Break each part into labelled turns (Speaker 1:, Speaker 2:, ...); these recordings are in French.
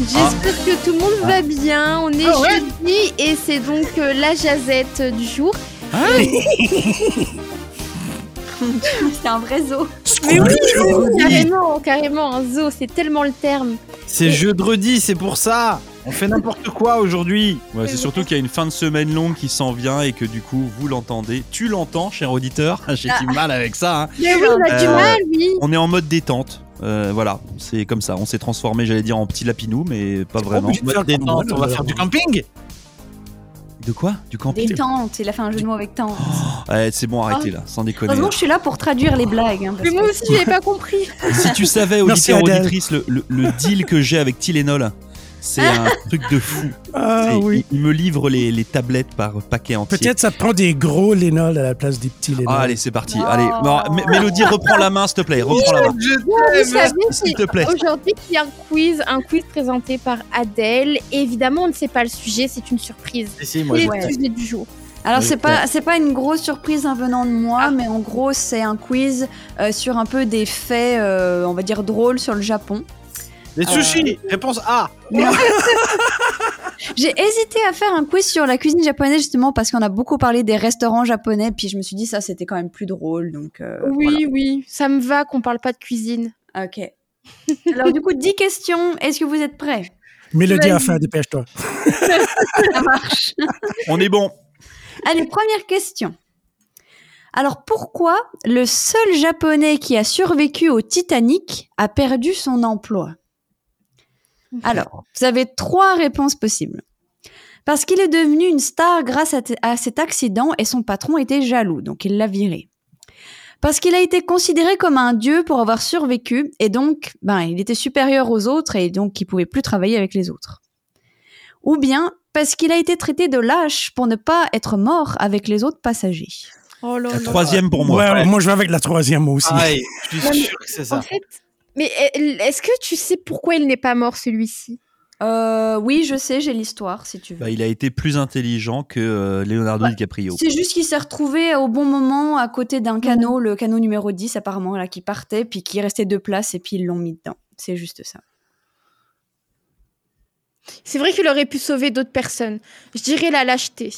Speaker 1: j'espère que tout le monde va bien. On est
Speaker 2: Ah ouais
Speaker 1: jeudi et c'est donc euh, la jazette du jour.
Speaker 3: Hein C'est un vrai zoo.
Speaker 1: Carrément, carrément, un zoo, c'est tellement le terme.
Speaker 2: C'est jeudi, c'est pour ça. On fait n'importe quoi aujourd'hui.
Speaker 4: Ouais, c'est surtout qu'il y a une fin de semaine longue qui s'en vient et que du coup, vous l'entendez. Tu l'entends, cher auditeur. J'ai du
Speaker 3: Ah.
Speaker 4: mal avec ça. hein.
Speaker 1: Mais oui, on a du
Speaker 4: Euh,
Speaker 1: mal, oui.
Speaker 4: On est en mode détente. Euh, voilà, c'est comme ça. On s'est transformé, j'allais dire, en petit lapinou, mais pas vraiment.
Speaker 2: Obligé de faire des tentes, on va faire du camping.
Speaker 4: De quoi Du camping
Speaker 3: Détente, il a fait un jeu de mots avec tente.
Speaker 4: Ouais, C'est bon, arrêtez là, sans déconner.
Speaker 3: Heureusement que je suis là pour traduire les blagues. hein, parce
Speaker 1: Mais moi
Speaker 3: que-
Speaker 1: aussi, j'avais pas compris.
Speaker 4: Si tu savais,
Speaker 2: Merci,
Speaker 4: auditeur,
Speaker 2: Adèle.
Speaker 4: auditrice, le, le- le deal que j'ai avec Tylenol, c'est un truc de fou.
Speaker 5: Ah
Speaker 4: C'est-
Speaker 5: oui.
Speaker 4: il, il me livre les, les tablettes par paquet entier.
Speaker 5: Peut-être ça te prend des gros lénols à la place des petits lénols.
Speaker 4: Ah, allez, c'est parti.
Speaker 3: Non.
Speaker 4: Allez, Non, M- Mélodie, reprends la main, s'il te plaît. Reprends la main,
Speaker 1: Vous savez,
Speaker 4: s'il te plaît.
Speaker 1: Aujourd'hui, il y a un quiz, un quiz présenté par Adèle. Évidemment, on ne sait pas le sujet, c'est une surprise. Quel est
Speaker 3: je-
Speaker 1: le sujet du jour
Speaker 3: Alors c'est pas c'est pas une grosse surprise hein, venant de moi, mais en gros c'est un quiz euh, sur un peu des faits, euh, on va dire drôles sur le Japon.
Speaker 2: Les sushis,
Speaker 1: Euh,
Speaker 2: réponse A.
Speaker 3: J'ai hésité à faire un quiz sur la cuisine japonaise justement parce qu'on a beaucoup parlé des restaurants japonais, puis je me suis dit ça c'était quand même plus drôle donc. euh,
Speaker 1: Oui, oui, ça me va qu'on parle pas de cuisine.
Speaker 3: voilà. Ok. Alors du coup 10 questions, est-ce que vous êtes prêts
Speaker 5: Mélodie
Speaker 1: Vas-y.
Speaker 5: à fin, dépêche-toi.
Speaker 3: Ça marche.
Speaker 4: On est bon.
Speaker 3: Allez première question. Alors pourquoi le seul japonais qui a survécu au Titanic a perdu son emploi Alors, vous avez trois réponses possibles. Parce qu'il est devenu une star grâce à, t- à cet accident et son patron était jaloux, donc il l'a viré. Parce qu'il a été considéré comme un dieu pour avoir survécu et donc ben, il était supérieur aux autres et donc il pouvait plus travailler avec les autres. Ou bien parce qu'il a été traité de lâche pour ne pas être mort avec les autres passagers.
Speaker 1: Oh là
Speaker 4: La troisième pour moi. Ah,
Speaker 5: ouais, moi je vais avec la troisième moi aussi.
Speaker 2: Pareil, Ah, je
Speaker 1: Non, mais-
Speaker 2: suis sûr que c'est
Speaker 1: En
Speaker 2: ça.
Speaker 1: fait, mais euh, est-ce que tu sais pourquoi il n'est pas mort celui-ci
Speaker 3: Euh, oui, je sais, j'ai l'histoire si tu veux.
Speaker 4: Bah, il a été plus intelligent que euh, Leonardo DiCaprio.
Speaker 3: C'est juste qu'il s'est retrouvé au bon moment à côté d'un canot, le canot numéro 10 apparemment, là, qui partait, puis qui restait deux places, et puis ils l'ont mis dedans. C'est juste ça.
Speaker 1: C'est vrai qu'il aurait pu sauver d'autres personnes. Je dirais la lâcheté.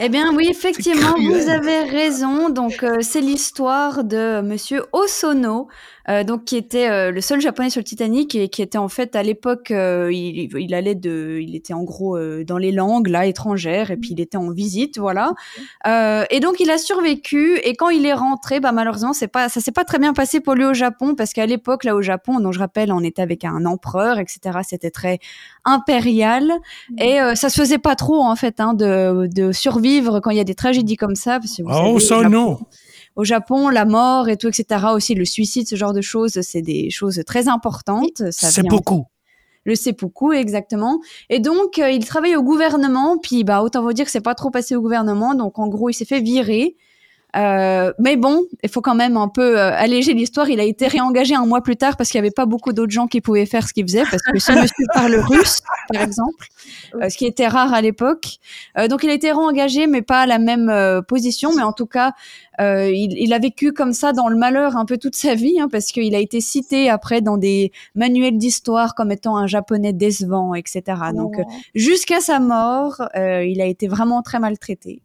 Speaker 3: Eh bien oui, effectivement, vous avez raison. Donc euh, c'est l'histoire de Monsieur Osono, euh, donc qui était euh, le seul japonais sur le Titanic et qui était en fait à l'époque, euh, il, il allait de, il était en gros euh, dans les langues là étrangères et puis il était en visite, voilà. Euh, et donc il a survécu et quand il est rentré, bah malheureusement c'est pas, ça s'est pas très bien passé pour lui au Japon parce qu'à l'époque là au Japon, dont je rappelle, on était avec un empereur, etc. C'était très impérial. Et euh, ça se faisait pas trop en fait hein, de, de survivre quand il y a des tragédies comme ça. Parce que vous savez,
Speaker 5: Oh,
Speaker 3: au
Speaker 5: ça
Speaker 3: Japon-
Speaker 5: non.
Speaker 3: Au Japon, la mort et tout, etc. Aussi le suicide, ce genre de choses, c'est des choses très importantes. Ça
Speaker 5: C'est
Speaker 3: vient-
Speaker 5: beaucoup.
Speaker 3: Le seppuku, exactement. Et donc euh, il travaille au gouvernement. Puis bah autant vous dire que c'est pas trop passé au gouvernement. Donc en gros, il s'est fait virer. Euh, mais bon, il faut quand même un peu euh, alléger l'histoire. Il a été réengagé un mois plus tard parce qu'il n'y avait pas beaucoup d'autres gens qui pouvaient faire ce qu'il faisait, parce que ce monsieur parle russe, par exemple, euh, ce qui était rare à l'époque. Euh, donc il a été réengagé, mais pas à la même euh, position. Mais en tout cas, euh, il, il a vécu comme ça dans le malheur un peu toute sa vie, hein, parce qu'il a été cité après dans des manuels d'histoire comme étant un japonais décevant, etc. Donc
Speaker 1: Oh.
Speaker 3: euh, jusqu'à sa mort, euh, il a été vraiment très maltraité.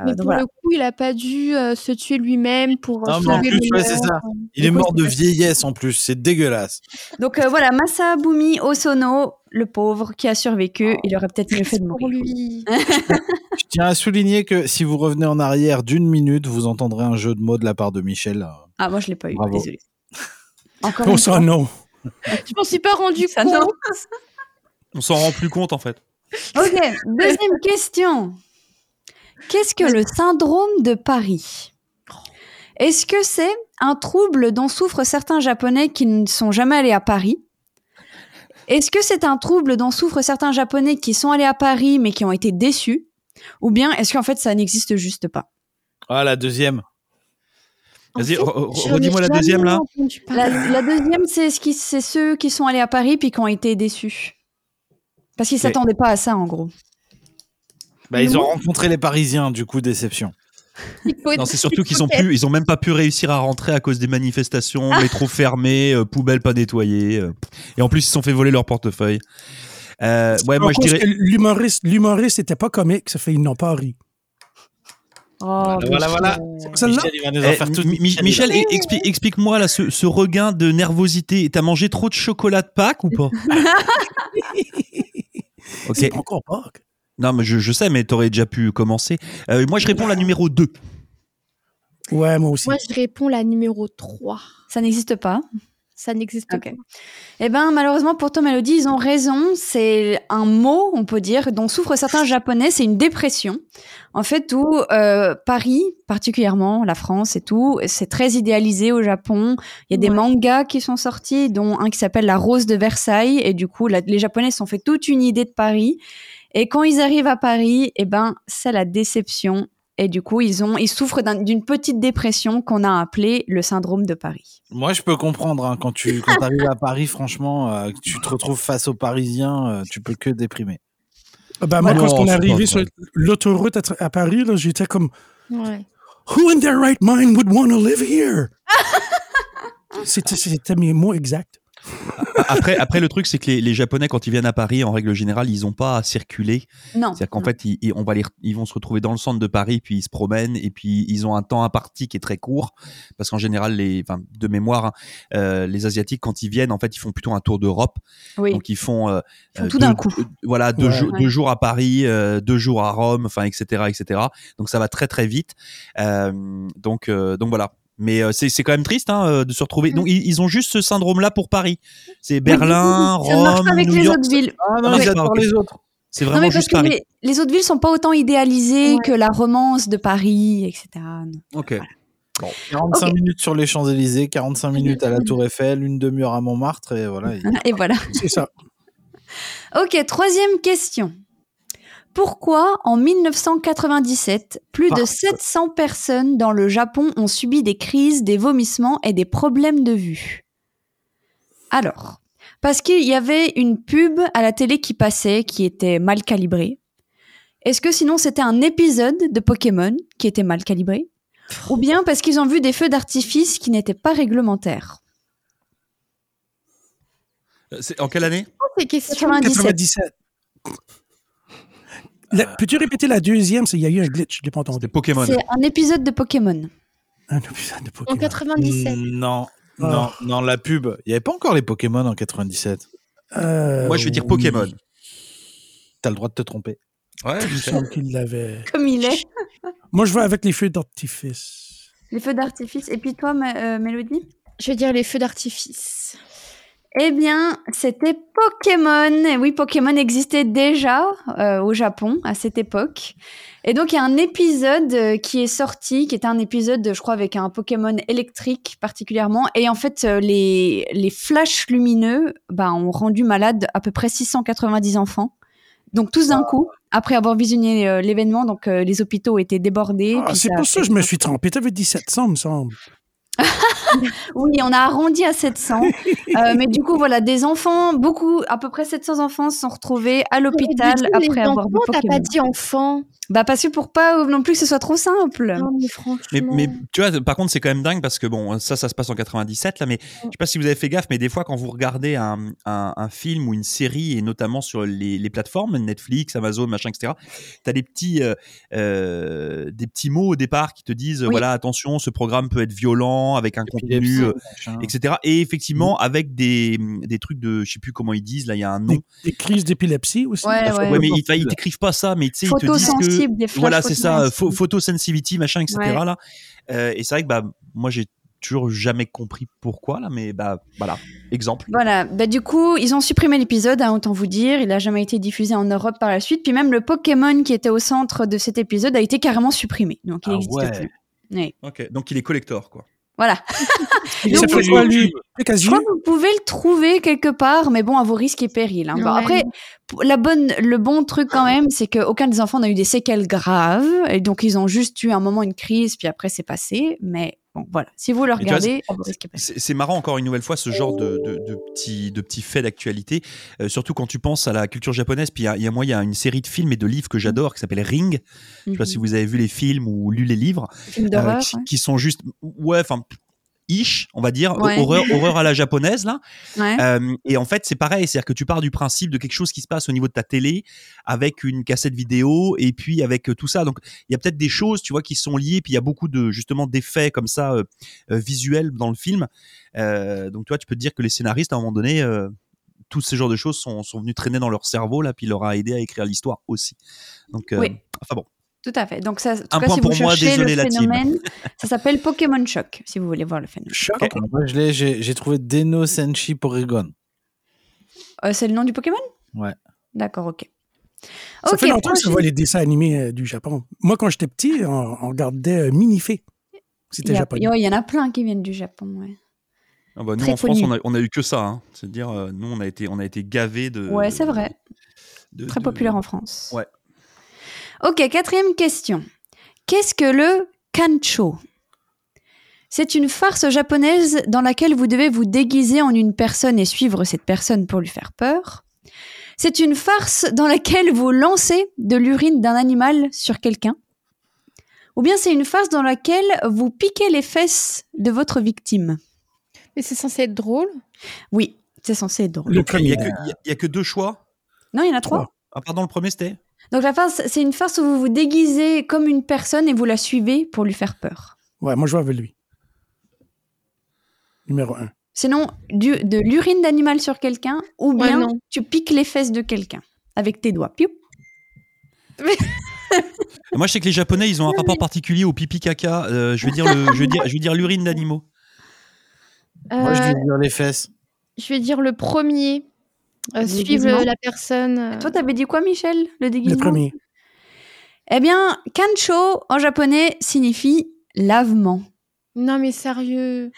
Speaker 3: Euh,
Speaker 1: mais
Speaker 3: donc
Speaker 1: pour
Speaker 3: voilà.
Speaker 1: le coup, il a pas dû euh, se tuer lui-même pour euh,
Speaker 2: Non, mais en
Speaker 1: sauver
Speaker 2: plus,
Speaker 1: les
Speaker 2: ouais, c'est
Speaker 1: autres.
Speaker 2: ça. Il est mort de vieillesse en plus, c'est dégueulasse.
Speaker 3: Donc euh, voilà, Masaabumi Osono, le pauvre qui a survécu, il aurait peut-être mieux fait de
Speaker 1: Oh, Pour
Speaker 3: mourir.
Speaker 1: lui.
Speaker 2: Je tiens à souligner que si vous revenez en arrière d'une minute, vous entendrez un jeu de mots de la part de Michel.
Speaker 3: Ah, moi je l'ai pas eu,
Speaker 2: Bravo.
Speaker 3: désolé. Encore
Speaker 5: Oh,
Speaker 3: une
Speaker 5: ça
Speaker 3: fois.
Speaker 5: non.
Speaker 1: Je m'en suis pas rendu
Speaker 3: Ça,
Speaker 1: compte.
Speaker 3: non.
Speaker 4: On s'en rend plus compte en fait.
Speaker 3: Ok, deuxième question. Qu'est-ce que le syndrome de Paris Est-ce que c'est un trouble dont souffrent certains Japonais qui ne sont jamais allés à Paris Est-ce que c'est un trouble dont souffrent certains Japonais qui sont allés à Paris mais qui ont été déçus Ou bien est-ce qu'en fait ça n'existe juste pas
Speaker 2: Ah, la deuxième.
Speaker 1: En
Speaker 4: Vas-y,
Speaker 1: fait,
Speaker 4: re- re-
Speaker 1: j'en ai
Speaker 4: redis-moi la
Speaker 1: jamais
Speaker 4: deuxième là.
Speaker 1: entendu parler.
Speaker 3: La, la deuxième, c'est ce qui- c'est ceux qui sont allés à Paris puis qui ont été déçus. Parce qu'ils
Speaker 2: Ok.
Speaker 3: s'attendaient pas à ça, en gros.
Speaker 2: Bah, ils ont rencontré les Parisiens, du coup, déception.
Speaker 1: Il faut
Speaker 4: Non,
Speaker 1: être-
Speaker 4: c'est surtout qu'ils
Speaker 1: faut
Speaker 4: ont
Speaker 1: être-
Speaker 4: plus, ils ont même pas pu réussir à rentrer à cause des manifestations, métro fermé, euh, poubelles pas nettoyées. euh. Et en plus, ils se sont fait voler leur portefeuille. Euh, ouais,
Speaker 5: En
Speaker 4: moi, je
Speaker 5: cause
Speaker 4: dirais.
Speaker 5: que L'humoriste, l'humoriste n'était pas comique, ça fait ils n'ont pas ri.
Speaker 3: Oh,
Speaker 2: Voilà, voilà.
Speaker 5: Celle-là,
Speaker 2: Michel, il va nous en
Speaker 4: Eh,
Speaker 2: faire tout.
Speaker 4: Mi- Mi- Michel,
Speaker 2: il-
Speaker 4: expli- explique, moi là ce, ce regain de nervosité. T'as mangé trop de chocolat de Pâques ou pas Ok.
Speaker 5: c'est encore Pâques.
Speaker 4: Non, mais je, je sais, mais t'aurais déjà pu commencer. Euh, moi, je réponds la numéro 2.
Speaker 5: Ouais, moi aussi.
Speaker 1: Moi, je réponds la numéro 3.
Speaker 3: Ça n'existe pas.
Speaker 1: Ça n'existe
Speaker 3: Ok. Eh ben, malheureusement pour Tom Melody, ils ont raison. C'est un mot, on peut dire, dont souffrent certains Japonais. C'est une dépression. En fait, où euh, Paris, particulièrement la France et tout, c'est très idéalisé au Japon. Il y a des
Speaker 1: Ouais.
Speaker 3: mangas qui sont sortis, dont un qui s'appelle La Rose de Versailles. Et du coup, là, les Japonais se sont fait toute une idée de Paris. Et quand ils arrivent à Paris, eh ben, c'est la déception. Et du coup, ils, ont, ils souffrent d'un- d'une petite dépression qu'on a appelée le syndrome de Paris.
Speaker 2: Moi, je peux comprendre. hein, quand tu quand arrives à Paris, franchement, euh, que tu te retrouves face aux Parisiens, euh, tu peux que déprimer.
Speaker 5: Ben, moi,
Speaker 2: Non,
Speaker 5: quand on est
Speaker 2: c'est
Speaker 5: arrivé
Speaker 2: pas
Speaker 5: sur l'autoroute à, à Paris, là, j'étais comme
Speaker 1: pas. Ouais.
Speaker 5: Who in their right mind would want to live here? C'était- C'était mes mots exacts.
Speaker 4: Après, après le truc, c'est que les, les Japonais, quand ils viennent à Paris, en règle générale, ils n'ont pas à circuler.
Speaker 3: Non.
Speaker 4: C'est-à-dire qu'en
Speaker 3: Non.
Speaker 4: fait, ils, ils- on va les re- ils vont se retrouver dans le centre de Paris, puis ils se promènent, et puis ils ont un temps imparti qui est très court, parce qu'en général, les, enfin, de mémoire, hein, euh, les Asiatiques, quand ils viennent, en fait, ils font plutôt un tour d'Europe.
Speaker 3: Oui.
Speaker 4: Donc ils font, euh,
Speaker 3: Ils font
Speaker 4: euh,
Speaker 3: tout
Speaker 4: deux-
Speaker 3: d'un coup.
Speaker 4: euh, voilà, deux,
Speaker 5: Ouais.
Speaker 4: jours-
Speaker 3: Ouais.
Speaker 4: deux jours à Paris, euh, deux jours à Rome, enfin, etc., etc. Donc ça va très très vite. Euh, donc, euh, donc voilà. Mais euh, c'est c'est quand même triste hein, euh, de se retrouver.
Speaker 3: Mm.
Speaker 4: Donc ils, ils ont juste ce syndrome-là pour Paris. C'est Berlin,
Speaker 3: Ça marche
Speaker 4: Rome,
Speaker 3: pas avec
Speaker 4: New
Speaker 3: les
Speaker 4: York.
Speaker 3: autres villes.
Speaker 2: Ah
Speaker 4: non,
Speaker 2: non,
Speaker 4: mais
Speaker 2: ils adorent
Speaker 4: c'est-
Speaker 2: les autres.
Speaker 4: C'est
Speaker 3: non,
Speaker 4: vraiment
Speaker 3: mais parce
Speaker 4: juste
Speaker 3: que
Speaker 4: Paris.
Speaker 3: les, les autres villes sont pas autant idéalisées
Speaker 1: Ouais.
Speaker 3: que la romance de Paris, etc.
Speaker 4: Ok.
Speaker 2: 45
Speaker 3: Ok.
Speaker 2: minutes sur les Champs-Élysées, 45 minutes à la Tour Eiffel, une demi-heure à Montmartre, et voilà. il-
Speaker 3: Et voilà.
Speaker 5: C'est ça.
Speaker 3: Ok, troisième question. Pourquoi, en 1997, plus de
Speaker 2: Parce que-
Speaker 3: 700 personnes dans le Japon ont subi des crises, des vomissements et des problèmes de vue Alors, parce qu'il y avait une pub à la télé qui passait qui était mal calibrée. Est-ce que sinon c'était un épisode de Pokémon qui était mal calibré Ou bien parce qu'ils ont vu des feux d'artifice qui n'étaient pas réglementaires
Speaker 4: Euh, c'est- En quelle année
Speaker 1: Ces questions.
Speaker 3: 97. Euh.
Speaker 5: 97. La- Peux-tu répéter la deuxième? C'est- Il y a eu un glitch, je l'ai pas entendu.
Speaker 4: C'était Pokémon.
Speaker 3: C'est un épisode de Pokémon.
Speaker 5: Un épisode de Ah, Pokémon.
Speaker 1: En 97.
Speaker 4: Hmm.
Speaker 2: Non, non, non, la pub. Il n'y avait pas encore les Pokémon en 97.
Speaker 5: Euh,
Speaker 4: Moi, je vais dire
Speaker 5: oui.
Speaker 4: Pokémon.
Speaker 2: T'as le droit de te tromper.
Speaker 4: Ouais,
Speaker 5: Il me
Speaker 4: je sais.
Speaker 5: semble qu'il l'avait.
Speaker 3: Comme il est.
Speaker 5: Moi, je vais avec les feux d'artifice.
Speaker 3: Les feux d'artifice. Et puis toi, Ma- euh, Mélodie
Speaker 1: Je veux dire les feux d'artifice.
Speaker 3: Eh bien, c'était Pokémon. Et oui, Pokémon existait déjà euh, au Japon à cette époque. Et donc, il y a un épisode euh, qui est sorti, qui était un épisode, je crois, avec un Pokémon électrique particulièrement. Et en fait, euh, les, les flashs lumineux bah, ont rendu malades à peu près 690 enfants. Donc, tous d'un coup, après avoir visionné euh, l'événement, donc euh, les hôpitaux étaient débordés.
Speaker 5: Ah,
Speaker 3: puis
Speaker 5: c'est
Speaker 3: ça-
Speaker 5: pour ça que je me suis trompé. T'avais 1700, me semble.
Speaker 3: Oui, on a arrondi à 700. Euh, mais du coup, voilà, des enfants, beaucoup, à peu près 700 enfants se sont retrouvés à
Speaker 1: Mais
Speaker 3: l'hôpital
Speaker 1: dis-nous les
Speaker 3: après avoir
Speaker 1: enfants,
Speaker 3: vu
Speaker 1: T'as
Speaker 3: Pokémon.
Speaker 1: pas dit enfant.
Speaker 3: Bah, parce que pour pas non plus que ce soit trop simple.
Speaker 1: Non, mais franchement.
Speaker 4: Mais, mais tu vois, par contre, c'est quand même dingue parce que bon, ça, ça se passe en 97 là, mais je sais pas si vous avez fait gaffe, mais des fois, quand vous regardez un, un, un film ou une série, et notamment sur les, les plateformes, Netflix, Amazon, machin, etc., t'as des petits, euh, euh, des petits mots au départ qui te disent, voilà, attention, ce programme peut être violent avec un contenu, euh,
Speaker 2: hein.
Speaker 4: etc. Et effectivement, avec des, des trucs de, je sais plus comment ils disent, là, il y a un nom.
Speaker 5: Des, des crises d'épilepsie aussi.
Speaker 3: Ouais,
Speaker 4: Ouais,
Speaker 3: ouais.
Speaker 4: mais ils, ils t'écrivent pas ça, mais tu sais, ils te disent que
Speaker 3: Photosensible, des flashs
Speaker 4: voilà, c'est ça, euh, pho-
Speaker 3: photosensibles.
Speaker 4: photosensitivity, machin, etc.
Speaker 3: Ouais.
Speaker 4: Là. Euh, et c'est vrai que bah, moi, j'ai toujours jamais compris pourquoi, là, mais bah, voilà, exemple.
Speaker 3: Voilà, bah, du coup, ils ont supprimé l'épisode, hein, autant vous dire. Il n'a jamais été diffusé en Europe par la suite. Puis même le Pokémon qui était au centre de cet épisode a été carrément supprimé. Donc, il
Speaker 2: Ah
Speaker 3: n'existe
Speaker 2: ouais.
Speaker 3: plus. Ouais.
Speaker 4: Ok, donc il est collector, quoi.
Speaker 3: Voilà.
Speaker 5: Il
Speaker 3: Donc,
Speaker 5: s'appelle
Speaker 3: vous-
Speaker 5: quoi, lui?
Speaker 3: Je
Speaker 5: Pikachu?
Speaker 3: crois que vous pouvez le trouver quelque part, mais bon, à vos risques et périls. hein. Bon,
Speaker 1: Ouais.
Speaker 3: après, p- la bonne, le bon truc quand même, c'est qu'aucun des enfants n'a eu des séquelles graves, et donc ils ont juste eu un moment une crise, puis après c'est passé. Mais bon, voilà, si vous le
Speaker 4: tu vois,
Speaker 3: regardez, à vos risques et périls.
Speaker 4: C'est c'est marrant, encore une nouvelle fois, ce genre de, de, de petits, de petits faits d'actualité, euh, surtout quand tu penses à la culture japonaise. Puis il y a- il y a, moi, il y a une série de films et de livres que
Speaker 3: Mmh.
Speaker 4: j'adore qui s'appelle Ring. Je sais pas si vous avez vu les films ou lu les livres.
Speaker 3: Mhm. Film
Speaker 4: euh,
Speaker 3: Mmh. d'horreur.
Speaker 4: qui,
Speaker 3: ouais.
Speaker 4: qui sont juste ouais enfin ish, on va dire,
Speaker 3: Ouais.
Speaker 4: horreur, horreur à la japonaise là.
Speaker 3: Ouais.
Speaker 4: Euh, et en fait, c'est pareil, c'est-à-dire que tu pars du principe de quelque chose qui se passe au niveau de ta télé avec une cassette vidéo et puis avec euh, tout ça. Donc, il y a peut-être des choses, tu vois, qui sont liées. Puis il y a beaucoup de justement d'effets comme ça euh, euh, visuels dans le film. Euh, donc, tu vois, tu peux te dire que les scénaristes, à un moment donné, euh, tous ces genres de choses sont, sont venus traîner dans leur cerveau là, puis il leur a aidé à écrire l'histoire aussi. Donc, euh,
Speaker 3: Oui.
Speaker 4: enfin bon,
Speaker 3: Tout à fait. Donc ça, en tout
Speaker 4: Un
Speaker 3: cas,
Speaker 4: point
Speaker 3: si
Speaker 4: pour
Speaker 3: vous
Speaker 4: moi,
Speaker 3: cherchez
Speaker 4: désolé, la
Speaker 3: le
Speaker 4: team.
Speaker 3: phénomène, ça s'appelle Pokémon Shock, si vous voulez voir le phénomène.
Speaker 2: Choc. Moi, je l'ai, j'ai, j'ai trouvé Deno Senshi Porygon.
Speaker 3: Euh, c'est le nom du Pokémon
Speaker 2: Ouais.
Speaker 3: D'accord, ok.
Speaker 5: Ça fait longtemps que je
Speaker 3: prochaine-
Speaker 5: vois les dessins animés euh, du Japon. Moi, quand j'étais petit, on, on regardait euh, Minifé.
Speaker 3: il
Speaker 5: C'était
Speaker 3: y, a-
Speaker 5: japonais.
Speaker 3: il y en a plein qui viennent du Japon. Ouais,
Speaker 4: Ah bah, nous
Speaker 3: Très
Speaker 4: en France, on
Speaker 3: connu.
Speaker 4: a, on a eu que ça. hein. C'est-à-dire, euh, nous, on a été, on a été gavés de.
Speaker 3: ouais c'est vrai.
Speaker 4: de-
Speaker 3: Très
Speaker 4: de-
Speaker 3: populaire en France.
Speaker 4: Ouais.
Speaker 3: Ok, quatrième question. Qu'est-ce que le kancho C'est une farce japonaise dans laquelle vous devez vous déguiser en une personne et suivre cette personne pour lui faire peur. C'est une farce dans laquelle vous lancez de l'urine d'un animal sur quelqu'un. Ou bien c'est une farce dans laquelle vous piquez les fesses de votre victime.
Speaker 1: Mais c'est censé être drôle.
Speaker 3: Oui, c'est censé être drôle.
Speaker 5: Le
Speaker 4: Il n'y
Speaker 5: premier.
Speaker 4: a, que- il y a- il y a que deux choix.
Speaker 3: Non, il y en a trois.
Speaker 4: Ah, pardon, le premier, c'était
Speaker 3: Donc la farce, c'est une farce où vous vous déguisez comme une personne et vous la suivez pour lui faire peur.
Speaker 5: Ouais, moi, je vois avec lui. Numéro un.
Speaker 3: Sinon, du, de l'urine d'animal sur quelqu'un ou
Speaker 1: Ouais,
Speaker 3: bien
Speaker 1: non. Euh.
Speaker 3: tu piques les fesses de quelqu'un avec tes doigts. Piou.
Speaker 4: Moi, je sais que les Japonais, ils ont un rapport particulier au pipi caca. Euh, je vais dire le, je vais dire, je vais dire l'urine d'animaux.
Speaker 2: Moi, je
Speaker 1: Euh,
Speaker 2: vais dire les fesses.
Speaker 1: je vais dire le premier. Euh,
Speaker 3: Le
Speaker 1: suivre
Speaker 3: déguisement.
Speaker 1: la personne. euh,
Speaker 3: Toi, t'avais dit quoi, Michel Le
Speaker 5: Le
Speaker 3: déguisement
Speaker 5: premier.
Speaker 3: Eh bien, kancho en japonais signifie lavement.
Speaker 1: euh, Non, mais sérieux.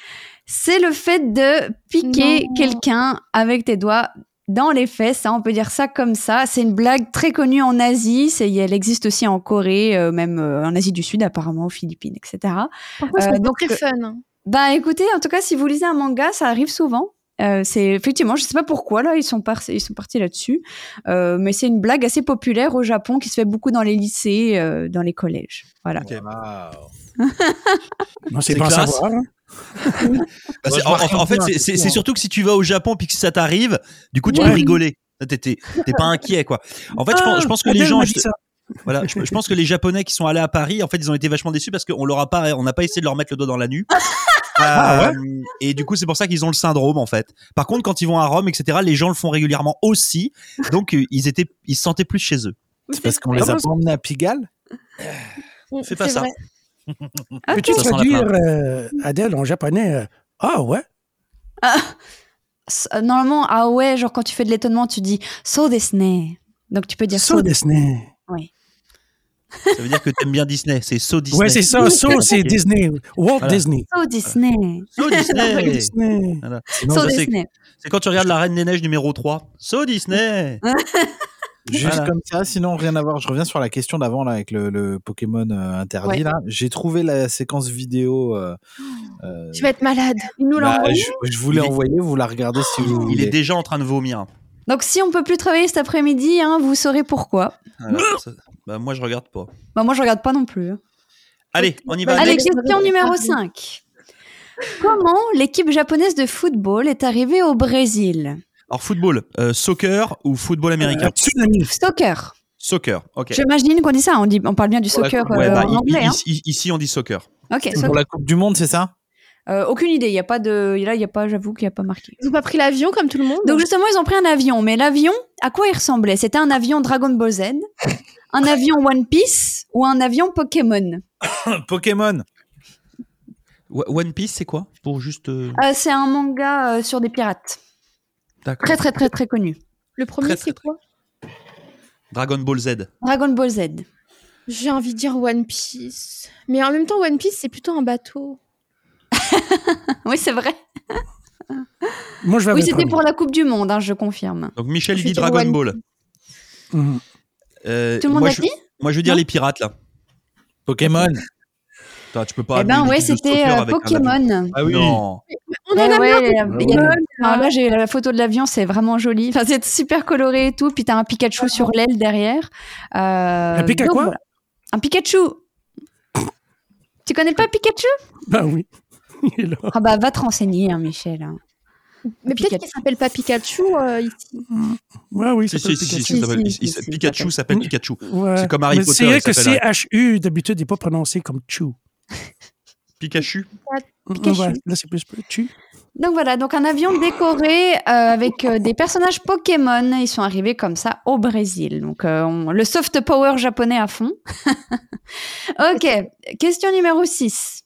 Speaker 3: C'est le fait de piquer
Speaker 1: Non.
Speaker 3: quelqu'un avec tes doigts dans les fesses, hein, on peut dire ça comme ça. C'est une blague très connue en Asie, c'est- elle existe aussi en Corée, euh, même euh, en Asie du Sud apparemment, aux Philippines, etc.
Speaker 1: Par contre,
Speaker 3: Euh,
Speaker 1: c'est pas
Speaker 3: donc,
Speaker 1: très
Speaker 3: euh,
Speaker 1: fun. hein.
Speaker 3: Ben écoutez, en tout cas, si vous lisez un manga, ça arrive souvent. Euh, c'est effectivement, je sais pas pourquoi là, ils sont, par- ils sont partis là-dessus, Euh, mais c'est une blague assez populaire au Japon qui se fait beaucoup dans les lycées, euh, dans les collèges. Voilà.
Speaker 4: Ok.
Speaker 2: Waouh.
Speaker 5: Non, c'est
Speaker 4: C'est
Speaker 5: bon à
Speaker 4: classe.
Speaker 5: savoir. hein.
Speaker 4: Bah, c'est-
Speaker 2: je
Speaker 4: en,
Speaker 2: vois rien
Speaker 4: en- en fait,
Speaker 2: bien,
Speaker 4: c'est-
Speaker 2: c'est
Speaker 4: c'est
Speaker 2: tout,
Speaker 4: c'est
Speaker 2: hein.
Speaker 4: surtout que si tu vas au Japon puis que ça t'arrive, du coup, tu
Speaker 5: Ouais.
Speaker 4: peux rigoler. T'es t'es- t'es pas inquiet, quoi. En fait, je pense, je pense que
Speaker 5: Ah,
Speaker 4: les
Speaker 5: Adèle
Speaker 4: gens,
Speaker 5: m'a dit
Speaker 4: je-
Speaker 5: ça.
Speaker 4: voilà, je, je pense que les Japonais qui sont allés à Paris, en fait, ils ont été vachement déçus parce qu'on leur a pas, on n'a pas essayé de leur mettre le doigt dans la nuque.
Speaker 5: Ah,
Speaker 4: Euh, Et du coup, c'est pour ça qu'ils ont le syndrome, en fait. Par contre, quand ils vont à Rome, etc., les gens le font régulièrement aussi. Donc, euh, ils étaient, ils se sentaient plus chez eux.
Speaker 2: C'est parce qu'on les a
Speaker 5: Ah,
Speaker 2: pas emmenés à Pigalle
Speaker 1: Mm,
Speaker 4: fais pas
Speaker 1: c'est
Speaker 4: ça.
Speaker 1: vrai.
Speaker 3: Ok.
Speaker 5: Peux-tu
Speaker 4: Ça sent la
Speaker 5: traduire euh, Adèle en japonais euh, Ah ouais
Speaker 3: S- euh, Normalement, ah ouais, genre quand tu fais de l'étonnement, tu dis so Disney. Donc tu peux dire so.
Speaker 5: So Disney.
Speaker 4: Ça veut dire que t'aimes bien Disney. C'est so Disney.
Speaker 5: Ouais, c'est ça. So, c'est
Speaker 4: Ok.
Speaker 5: Disney. Walt
Speaker 4: Voilà.
Speaker 5: Disney.
Speaker 3: So Disney.
Speaker 4: So Disney.
Speaker 5: Disney.
Speaker 4: Ah. Non,
Speaker 3: so
Speaker 4: je sais que-
Speaker 3: Disney.
Speaker 4: C'est quand tu regardes La Reine des Neiges numéro 3. So Disney
Speaker 2: Juste
Speaker 4: Voilà.
Speaker 2: comme ça, sinon rien à voir. Je reviens sur la question d'avant là avec le, le Pokémon euh, interdit
Speaker 3: Ouais.
Speaker 2: là. J'ai trouvé la séquence vidéo. euh, euh,
Speaker 1: Tu vas être malade.
Speaker 3: Il nous
Speaker 2: bah,
Speaker 3: l'envoie.
Speaker 2: je, je vous l'ai
Speaker 4: Il est-
Speaker 2: envoyé, vous la regardez si vous
Speaker 4: Il
Speaker 2: voulez.
Speaker 4: est déjà en train de vomir.
Speaker 3: Donc si on peut plus travailler cet après-midi, hein, vous saurez pourquoi.
Speaker 4: Alors, ça- bah, moi, je regarde pas.
Speaker 3: Bah moi, je regarde pas non plus. hein.
Speaker 4: Allez, on y va.
Speaker 3: Bah, Allez,
Speaker 4: next.
Speaker 3: question numéro 5. Comment l'équipe japonaise de football est arrivée au Brésil
Speaker 4: Alors, football. euh, soccer ou football américain
Speaker 5: Euh, Tsunami.
Speaker 3: Soccer.
Speaker 4: Soccer, ok.
Speaker 3: J'imagine qu'on dit ça, on, dit, on parle bien du soccer
Speaker 4: Ouais,
Speaker 3: euh,
Speaker 4: bah,
Speaker 3: en
Speaker 4: i-
Speaker 3: anglais.
Speaker 4: i-
Speaker 3: hein.
Speaker 4: ici, ici, on dit soccer.
Speaker 3: Ok,
Speaker 2: C'est Pour
Speaker 3: soccer.
Speaker 2: la Coupe du Monde, c'est ça
Speaker 3: Euh, aucune idée, il y a pas de... Là, il y a pas, j'avoue qu'il n'y a pas marqué.
Speaker 1: Ils ont pas pris l'avion comme tout le monde.
Speaker 3: Donc justement, ils ont pris un avion, mais l'avion, à quoi il ressemblait C'était un avion Dragon Ball Z, un avion One Piece ou un avion Pokémon
Speaker 2: Pokémon.
Speaker 4: Wa- One Piece, c'est quoi Pour juste. euh,
Speaker 3: Euh, C'est un manga euh, sur des pirates,
Speaker 4: D'accord.
Speaker 3: très très très très connu.
Speaker 1: le premier,
Speaker 4: Très, très,
Speaker 1: c'est quoi
Speaker 4: Dragon Ball Z.
Speaker 3: Dragon Ball Z.
Speaker 1: J'ai envie de dire One Piece. Mais en même temps, One Piece, c'est plutôt un bateau.
Speaker 3: Oui, c'est vrai.
Speaker 5: Moi,
Speaker 4: Ah,
Speaker 5: je vais
Speaker 3: Oui,
Speaker 5: avec
Speaker 3: c'était
Speaker 5: le
Speaker 3: pour la Coupe du Monde, hein, je confirme.
Speaker 4: Donc, Michel, il
Speaker 1: Je vais
Speaker 4: dit
Speaker 1: dire
Speaker 4: Dragon
Speaker 1: One
Speaker 4: Ball.
Speaker 5: premier. Mhm.
Speaker 4: Euh,
Speaker 3: Tout le monde
Speaker 4: moi,
Speaker 3: l'a
Speaker 4: je,
Speaker 3: dit
Speaker 4: moi, je veux dire
Speaker 3: Non
Speaker 4: les pirates, là.
Speaker 2: Pokémon.
Speaker 4: Putain, tu peux pas.
Speaker 3: Eh ben
Speaker 4: amener
Speaker 3: ouais,
Speaker 4: une équipe de
Speaker 3: c'était
Speaker 4: soccer
Speaker 3: euh,
Speaker 4: avec un avion.
Speaker 3: Pokémon.
Speaker 2: Ah oui.
Speaker 4: Non.
Speaker 1: On
Speaker 3: Ouais,
Speaker 1: en a
Speaker 3: ouais,
Speaker 1: marre.
Speaker 3: il y a- il y a-
Speaker 5: Pokémon.
Speaker 3: Alors là, Ah, j'ai la photo de l'avion, c'est vraiment joli. Enfin, c'est super coloré et tout. Puis t'as un Pikachu sur l'aile derrière. Euh,
Speaker 5: Un Pika
Speaker 3: donc
Speaker 5: quoi
Speaker 3: voilà. Un Pikachu. tu connais pas Pikachu
Speaker 5: Ben oui. Il est là.
Speaker 3: Ah bah va te renseigner, hein, Michel. hein.
Speaker 1: Mais peut-être
Speaker 3: Pikachu.
Speaker 1: qu'il s'appelle pas Pikachu euh, ici.
Speaker 5: Ouais, oui,
Speaker 4: Si,
Speaker 5: ça
Speaker 4: si,
Speaker 5: s'appelle
Speaker 4: si,
Speaker 5: Pikachu.
Speaker 4: si, ça s'appelle-
Speaker 3: Si,
Speaker 4: il-
Speaker 3: si,
Speaker 4: il-
Speaker 3: si,
Speaker 4: Pikachu
Speaker 3: ça
Speaker 4: s'appelle
Speaker 5: s'appelle-
Speaker 4: Pikachu.
Speaker 5: Ouais.
Speaker 4: C'est comme Harry
Speaker 5: Mais
Speaker 4: Potter,
Speaker 5: C'est vrai
Speaker 4: il
Speaker 5: que
Speaker 4: s'appelle
Speaker 5: CHU, d'habitude, n'est pas prononcé comme Chu.
Speaker 4: Pikachu
Speaker 3: Pikachu.
Speaker 5: Ouais, là, c'est plus Chu.
Speaker 3: Donc voilà, donc un avion décoré euh, avec euh, des personnages Pokémon. Ils sont arrivés comme ça au Brésil. Donc euh, on- le soft power japonais à fond. ok, question numéro 6.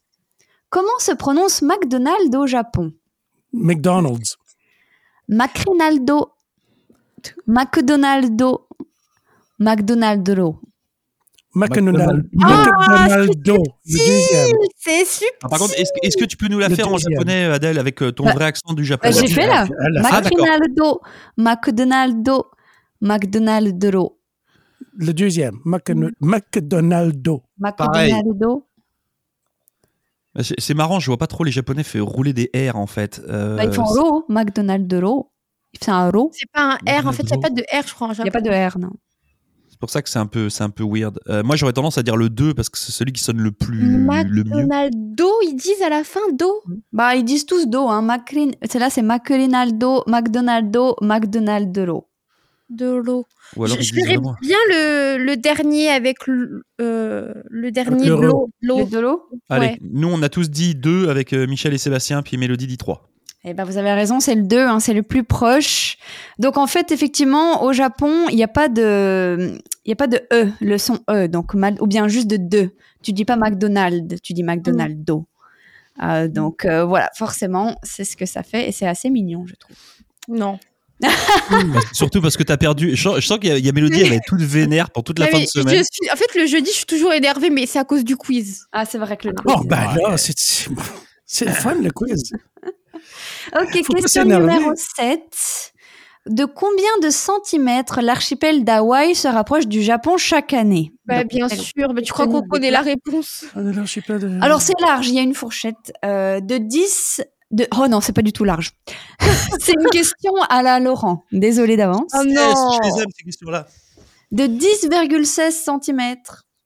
Speaker 3: Comment se prononce McDonald's au Japon
Speaker 5: McDonald's.
Speaker 3: Macrinaldo, McDonaldo, McDonaldro.
Speaker 5: McDonald's.
Speaker 1: Ah,
Speaker 5: McDonaldo, le deuxième.
Speaker 1: C'est super.
Speaker 4: Ah, Par contre, est-ce que- est-ce que tu peux nous la
Speaker 5: Le
Speaker 4: faire en
Speaker 5: deuxième.
Speaker 4: japonais, Adèle, avec euh, ton
Speaker 3: Bah,
Speaker 4: vrai accent du
Speaker 3: Bah,
Speaker 4: japonais
Speaker 3: J'ai fait là.
Speaker 5: Ah, la-
Speaker 4: Ah, d'accord.
Speaker 3: McDonaldo, McDonaldo, McDonaldro.
Speaker 5: Le deuxième. Macano- McDonaldo.
Speaker 2: Pareil.
Speaker 3: McDonaldo.
Speaker 4: Bah, C'est c'est marrant, je vois pas trop les japonais faire rouler des R en fait. Euh,
Speaker 3: Bah, ils font ro, McDonaldro. C'est un ro.
Speaker 1: C'est pas un R. En fait, il n'y a pas de R, je crois. en
Speaker 3: Il n'y a pas
Speaker 1: japonais.
Speaker 3: de R, non.
Speaker 4: c'est pour ça que c'est un peu, c'est un peu weird. Euh, moi, j'aurais tendance à dire le 2 parce que c'est celui qui sonne le plus, le mieux. Mm.
Speaker 1: McDonaldo, ils disent à la fin do.
Speaker 3: Bah, ils disent tous do, hein. Macrin... Celle-là, c'est Macrinaldo, McDonaldo, McDonaldro.
Speaker 1: De l'eau.
Speaker 4: Ou alors
Speaker 1: je
Speaker 4: ils
Speaker 1: je
Speaker 4: disent
Speaker 1: verrais
Speaker 4: vraiment-
Speaker 1: bien le, le dernier avec le, euh, le dernier de
Speaker 5: le re.
Speaker 1: l'eau.
Speaker 3: Le
Speaker 1: L'eau.
Speaker 3: de l'eau
Speaker 4: Allez,
Speaker 1: Ouais.
Speaker 4: nous on a tous dit 2 avec euh, Michel et Sébastien, puis Mélodie dit 3.
Speaker 3: Eh ben, vous avez raison, c'est le 2, hein, c'est le plus proche. Donc, en fait, effectivement, au Japon, il n'y a pas de... Il y a pas de E, le son E, donc, mal- ou bien juste de 2. Tu dis pas McDonald, tu dis McDonaldo. Euh, donc, euh, voilà, forcément, c'est ce que ça fait et c'est assez mignon, je trouve.
Speaker 1: Non.
Speaker 4: Surtout parce que t'as perdu. Je, sens- je sens qu'il y, a- il y a Mélodie, elle est toute vénère pour toute la
Speaker 1: Ah,
Speaker 4: fin
Speaker 1: mais
Speaker 4: de
Speaker 1: je-
Speaker 4: semaine.
Speaker 1: je suis- en fait, le jeudi, je suis toujours énervée, mais c'est à cause du quiz.
Speaker 3: Ah, c'est vrai que le
Speaker 5: Oh, ben là, c'est- c'est c'est le fun, le quiz.
Speaker 3: Ok,
Speaker 5: Faut pas
Speaker 3: question
Speaker 5: s'énerver.
Speaker 3: numéro 7. De combien de centimètres l'archipel d'Hawaï se rapproche du Japon chaque année
Speaker 1: Bah,
Speaker 3: Donc,
Speaker 1: bien
Speaker 3: elle-
Speaker 1: sûr. Mais tu crois qu'on connaît la réponse
Speaker 5: Ah, là, je sais pas de-
Speaker 3: Alors c'est large, il y a une fourchette euh, de 10 de Oh non, c'est pas du tout large. c'est une question à la Laurent, désolé d'avance.
Speaker 1: Oh
Speaker 4: Yes,
Speaker 1: non.
Speaker 4: je les aime, ces questions-là.
Speaker 3: De 10,16 cm,